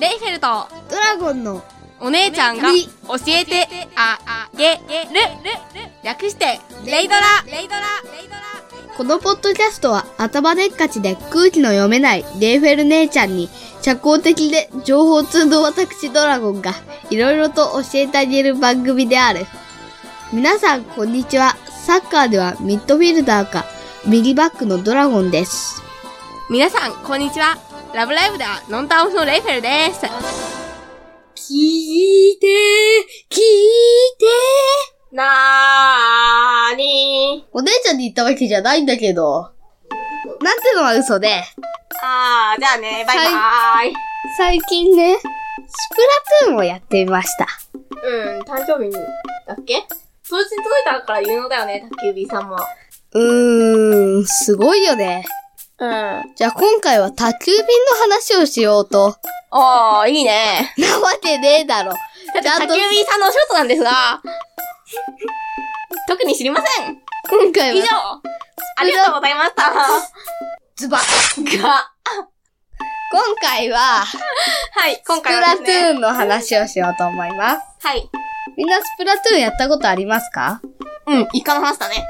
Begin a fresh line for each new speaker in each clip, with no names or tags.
レイフェルト
ドラゴンの
お姉ちゃんが
み
教えてあげる略してレイドラ
このポッドキャストは頭でっかちで空気の読めないレイフェル姉ちゃんに社交的で情報通の私ドラゴンがいろいろと教えてあげる番組である。皆さんこんにちは。サッカーではミッドフィルダーか右バックのドラゴンです。
皆さんこんにちはラブライブではノンタオフのレイフェルです
聞いて、聞いて。
なーに
お姉ちゃんに言ったわけじゃないんだけど。なんてのは嘘で。
あーじゃあねバイバーイ
最近ね、スプラトゥーンをやってみました。
うん誕生日にだっけ通知届いたから有能だよね宅急便さんも
うーん、すごいよね。
うん
じゃあ今回は宅急便の話をしようと。
おーいいね
なわけねえだろ。
だって
ちゃん
宅
と
急便さんのお仕事なんです が特に知りません
今回
以
は、
上ありがとうございました
ズバッ
が
今回は、
はい、今
スプ
回
ラ
は
ト
です
ゥ
ね。
ーンの話をしようと思います。
はい。
みんなスプラトゥーンやったことありますか
うん、イカの話だね。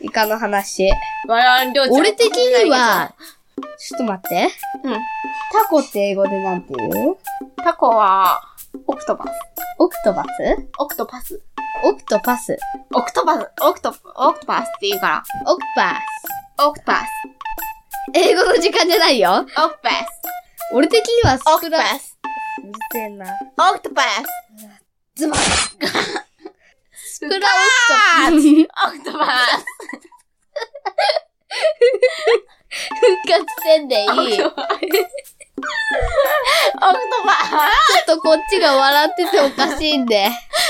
イカの話。
我々りょうちゃん
俺的には、、ちょっと待って。
うん。
タコって英語でなんて言う
タコは、オクトパス。
オクトバス
オクトパス。
オクトパス。
オクトパス、オクト、オクトパスって言うか
オクパ
ら。オクトパス。
ス。英語の時間じゃないよ。
オクトパス。
俺的にはス
オ
プ
クト
ラ
パ
トゥーン。
ス。
うるせえな。
オクトパス。
ズバッ
ス
プラ
オ
オ
ク
ク
トパス。オク
ト
トパス。
復活せんでい い。
オク
ちょ
ト
っ
パス。オク
とこっちが笑ってておかしいんで。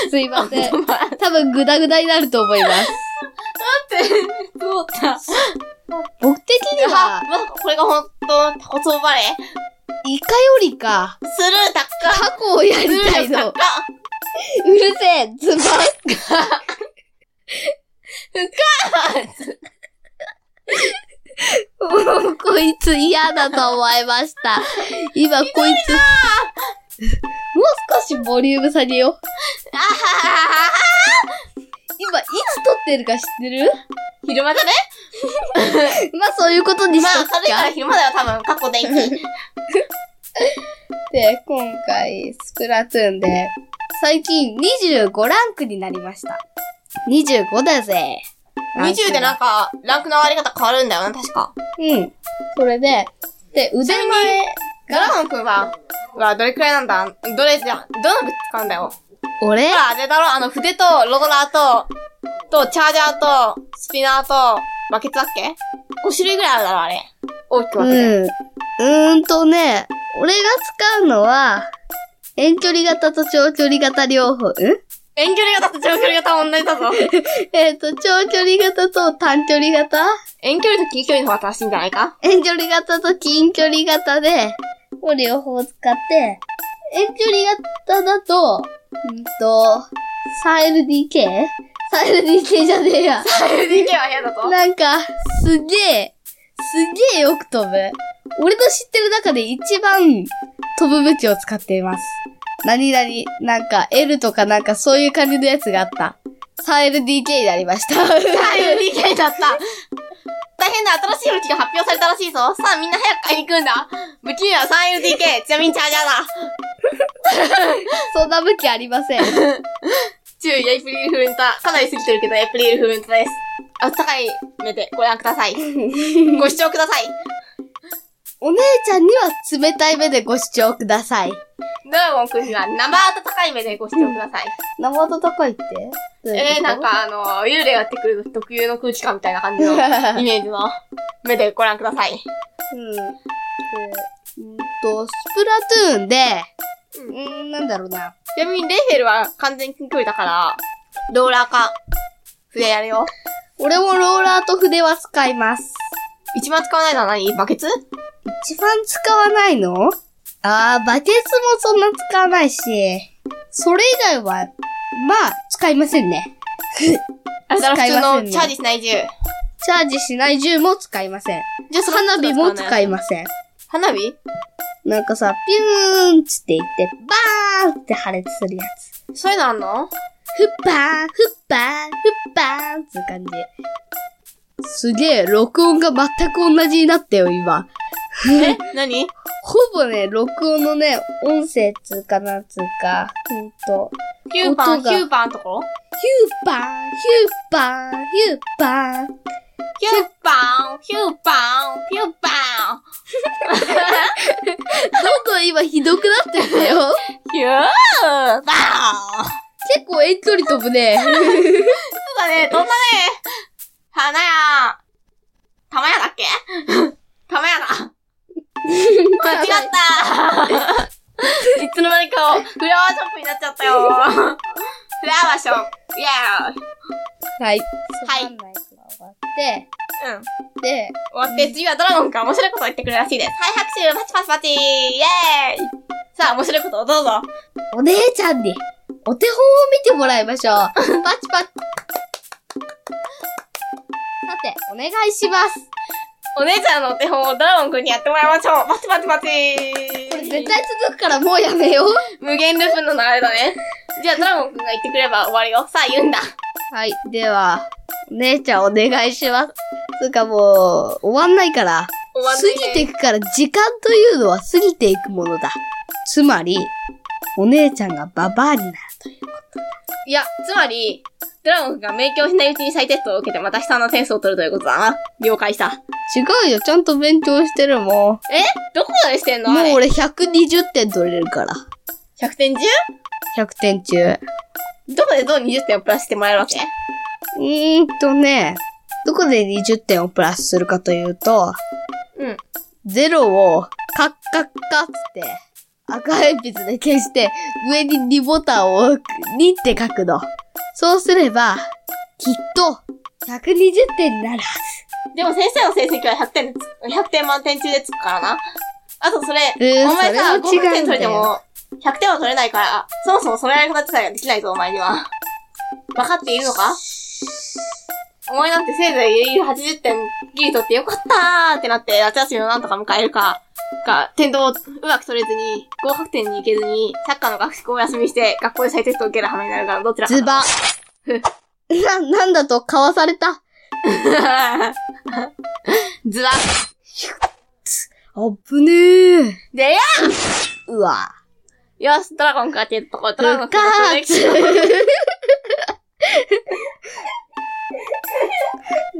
すいません。
トパス。
多分グダグダになると思います。
って、どうだった
僕的に
あ
は、
まさかこれが本当のタコツボバレー
イカよりか、
スルータッカ
タコをや
ス
り
ル
たい
ータ
の。
ッ
う
カ
るせえ、ズバッもうこいつ嫌だと思いました。今こいつ。もう少しボリューム下げよう。
あはは
今いつ撮ってるか知ってる
昼間だね。
まあそういうことにし
ま
と
あ、
くか。
軽いから昼間だよ、多分。過去電気。
で、今回、スプラトゥーンで、最近25ランクになりました。25だぜ。
20でなんか、ランクの上がり方変わるんだよな、確か。
うん。それで、で、腕
ちなみ
前
ドラゴンくんは、はどれくらいなんだどれじゃ、どの武器使うんだよ。
俺
ほら、あれだろ、あの、筆と、ローラーと、と、チャージャーと、スピナーと、バケツだっけ ?5 種類ぐらいあるだろ、あれ。大きく
う
分けて。
ん。うーんとね、俺が使うのは、遠距離型と長距離型両方、ん
遠距離型と長距離型は同じだぞ。
えっ、と、長距離型と短距離型
遠距離と近距離の方が正しいんじゃないか
遠距離型と近距離型で、を両方使って、遠距離型だと、うんと、3LDK? 3LDK じゃねえや。
?LDK は嫌だ ぞ。
なんか、すげえ、すげえよく飛ぶ。俺の知ってる中で一番飛ぶ武器を使っています。何々、なんか L とかなんかそういう感じのやつがあった。3LDK になりました。
3LDK だった。大変な新しい武器が発表されたらしいぞ。さあみんな早く買いに行くんだ。武器には 3LDK。ちなみにチャージャーだ。
そんな武器ありません。
注意、エイプリルフールンタ。かなり過ぎてるけど、エイプリルフールンタです。あったかい目でご覧くだ さい。ご視聴ください。
お姉ちゃんには冷たい目でご視聴ください。
ドラゴンくんには生温かい目でご視聴ください。
生温かいって
えー、なん。 かあの、幽霊がやってくる特有の空気感みたいな感じの イメージの目でご覧ください。
うん。でうんと、スプラトゥーンで、
うん
うん、なんだろうな。
ちなみにレイフェルは完全近距離だから、ローラーか、筆やるよ。
俺もローラーと筆は使います。
一番使わないのは何バケツ
一番使わないのあー、バケツもそんな使わないし、それ以外は、まあ、使いませんね。
あれだろ、
使
普
い
通
ませんね
のチャージしない銃。
チャージしない銃も使いません。
じゃあ
花火も使
い。
いません。
花火
なんかさ、ピューンっつって言って、バーンって破裂するやつ。
そういうのあんの
フッパーン、フッパーン、フッパーンって感じ。すげえ、録音が全く同じになったよ、今。
え何
ほぼね、録音のね、音声つうかなんつうか、ほんと。
?9 番、
音が
9番のところ
ヒューパーン、ヒューパーン、ヒューパーン。
ヒューパン、ヒューパン、ヒューパン。
どんどん今ひどくなってるんだよ。
ヒューパン。
結構遠距離飛ぶね。
そうだね、どんなね、花屋、玉屋だっ け玉屋だ。間違った。いつの間にかフラワーショップになっちゃったよ。フラワーショップ、イェ
は
は
い。
い
つまんないから終わって、
ーイ。うん。
で、
終わって、次はドラゴンが面白いことを言ってくるらしいです。はい、拍手、パチパチパチ、イェーイ。さあ、面白いことをどうぞ。
お姉ちゃんにお手本を見てもらいましょう。パチパチ。さて、お願いします。
お姉ちゃんのお手本をドラゴンくんにやってもらいましょう。パチパチパチ
これ絶対続くからもうやめよう。
無限ループの流れだね。じゃあ、ドラゴンくんが言ってくれば終わるよ。さあ、言うんだ。
はい、では、お姉ちゃんお願いします。つうかもう、終わんないから、
終わ
過
んないね
ぎていくから時間というのは過ぎていくものだ。つまり、お姉ちゃんがババアになるという。
いや、つまり、ドラゴンくんが明教しないうちに再テストを受けてまた悲惨な点数を取るということだな。了解した。
違うよ、ちゃんと勉強してるもん。
えどこまでしてんの
も
あれ
う。俺120点取れるから。
100点中
100点中。う
どこでどう20点をプラスしてもらえるわけ
ーんとね、どこで20点をプラスするかというと、
うん。
0をカッカッカッつって、赤鉛筆で消して、上に2ボタンを2って書くの。そうすれば、きっと、120点になるは
でも先生の成績は100点でつ、100点満点中でつくからな。あとそれ、
えー
お前さ、
それは違うんだよ
500点取れても、100点は取れないから、そもそもそのやり方自体ができないぞ、お前には。分かっているのかお前なんてせいぜい80点ギリ取ってよかったーってなって、夏休みのなんとか迎えるか、か、点灯をうまく取れずに、合格点に行けずに、サッカーの学校を休みして、学校で再テストを受ける羽目になるから、どちらか
ず。
だ
ズバ。な、なんだと、かわされた。
ズバ。
あっぶねー。
でや
うわ。
よし、ドラゴンかってとこ、ドラゴン
か
か
ーつ。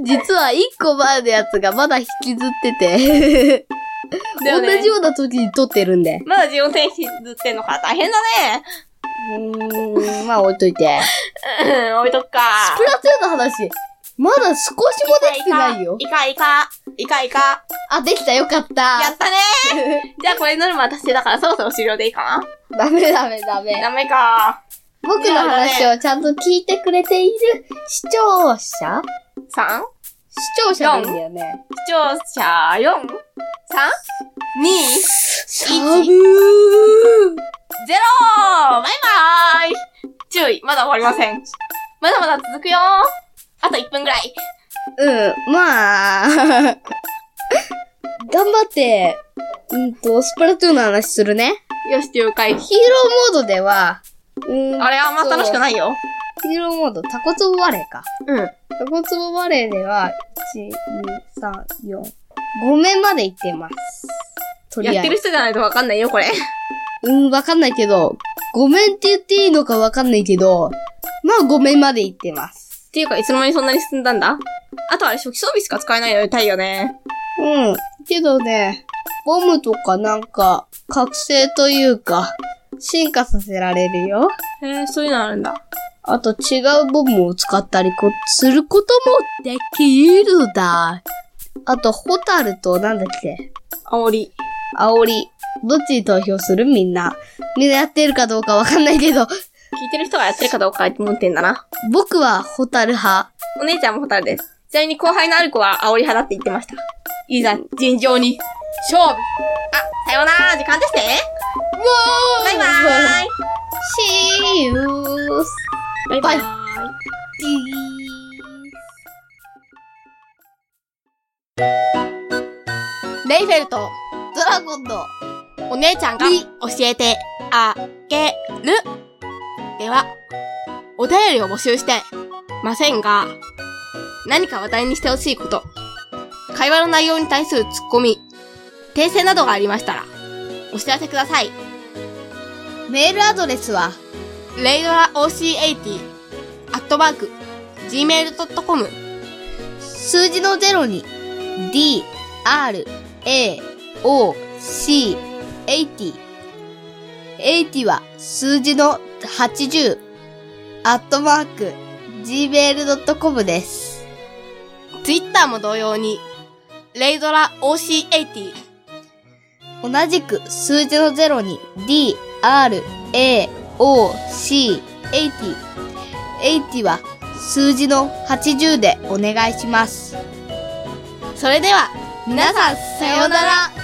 実は一個前のやつがまだ引きずってて、
だよね
同じような時に撮ってるんで。
まだ14点引きずってんのか。大変だね。
うーん、まあ置いといて。
うん、置いとくか。
プラトゥーンの話、まだ少しもできてないよ
イ。カイカ。イカイカ。
あ、できたよかった。
やったねじゃあこれ乗るも私だからそろそろ終了でいいか
ダメダメダメ
な。ダメか。
僕の話をちゃんと聞いてくれている視聴者
3?
視聴者でいいんだよね。
視聴者 4?3?2?
サ
ブーゼロバイバーイ注意、まだ終わりません。まだまだ続くよあと1分ぐらい。
うん、まあ、頑張って、うんと、スプラトゥーンの話するね。
よし、了解。
ヒーローモードでは、うん、
あれはあんま楽しくないよ。
ヒーローモード、タコツボバレーか。
うん。
タコツボバレーでは、1、2、3、4、5面まで行ってます。とりあ
やっ
え
て
ず
る。人じゃないとわかんないよ、これ。
うん、わかんないけど、5面って言っていいのかわかんないけど、まあ5面まで行ってます。
っていうか、いつの間にそんなに進んだんだあとあれ、初期装備しか使えないの痛いよね。
うん。けどね、ボムとかなんか、覚醒というか、進化させられるよ。
へえ、そういうのあるんだ。
あと違うボムを使ったりこ、することもできるのだ。あと、ホタルと、なんだっけ、
煽り。
アオリ。どっちに投票するみんな。みんなやってるかどうかわかんないけど、
聞いてる人がやってるかどうかって思ってんだな。
僕はホタル派。
お姉ちゃんもホタルです。ちなみに後輩のある子は煽り派だって言ってました。いざ、尋常に、勝負あ、さようなら時間ですねバイバーイ
See you!
バイ
バイ
バーイ
レイフェルト、ドラゴンの
お姉ちゃんが
に
教えてあげる。では、お便りを募集してませんが、何か話題にしてほしいこと、会話の内容に対するツッコミ、訂正などがありましたら、お知らせください。
メールアドレスは、
レイドラ OC80、アットマーク、gmail.com、
数字の0に d, r, a, o, c, 80。80は数字の80。アットマーク、gmail.com です。
ツイッターも同様に、レイドラ OC80、
同じく数字の0に d, r, a, o, c, 80。80は数字の80でお願いします。
それでは、皆さん、さようなら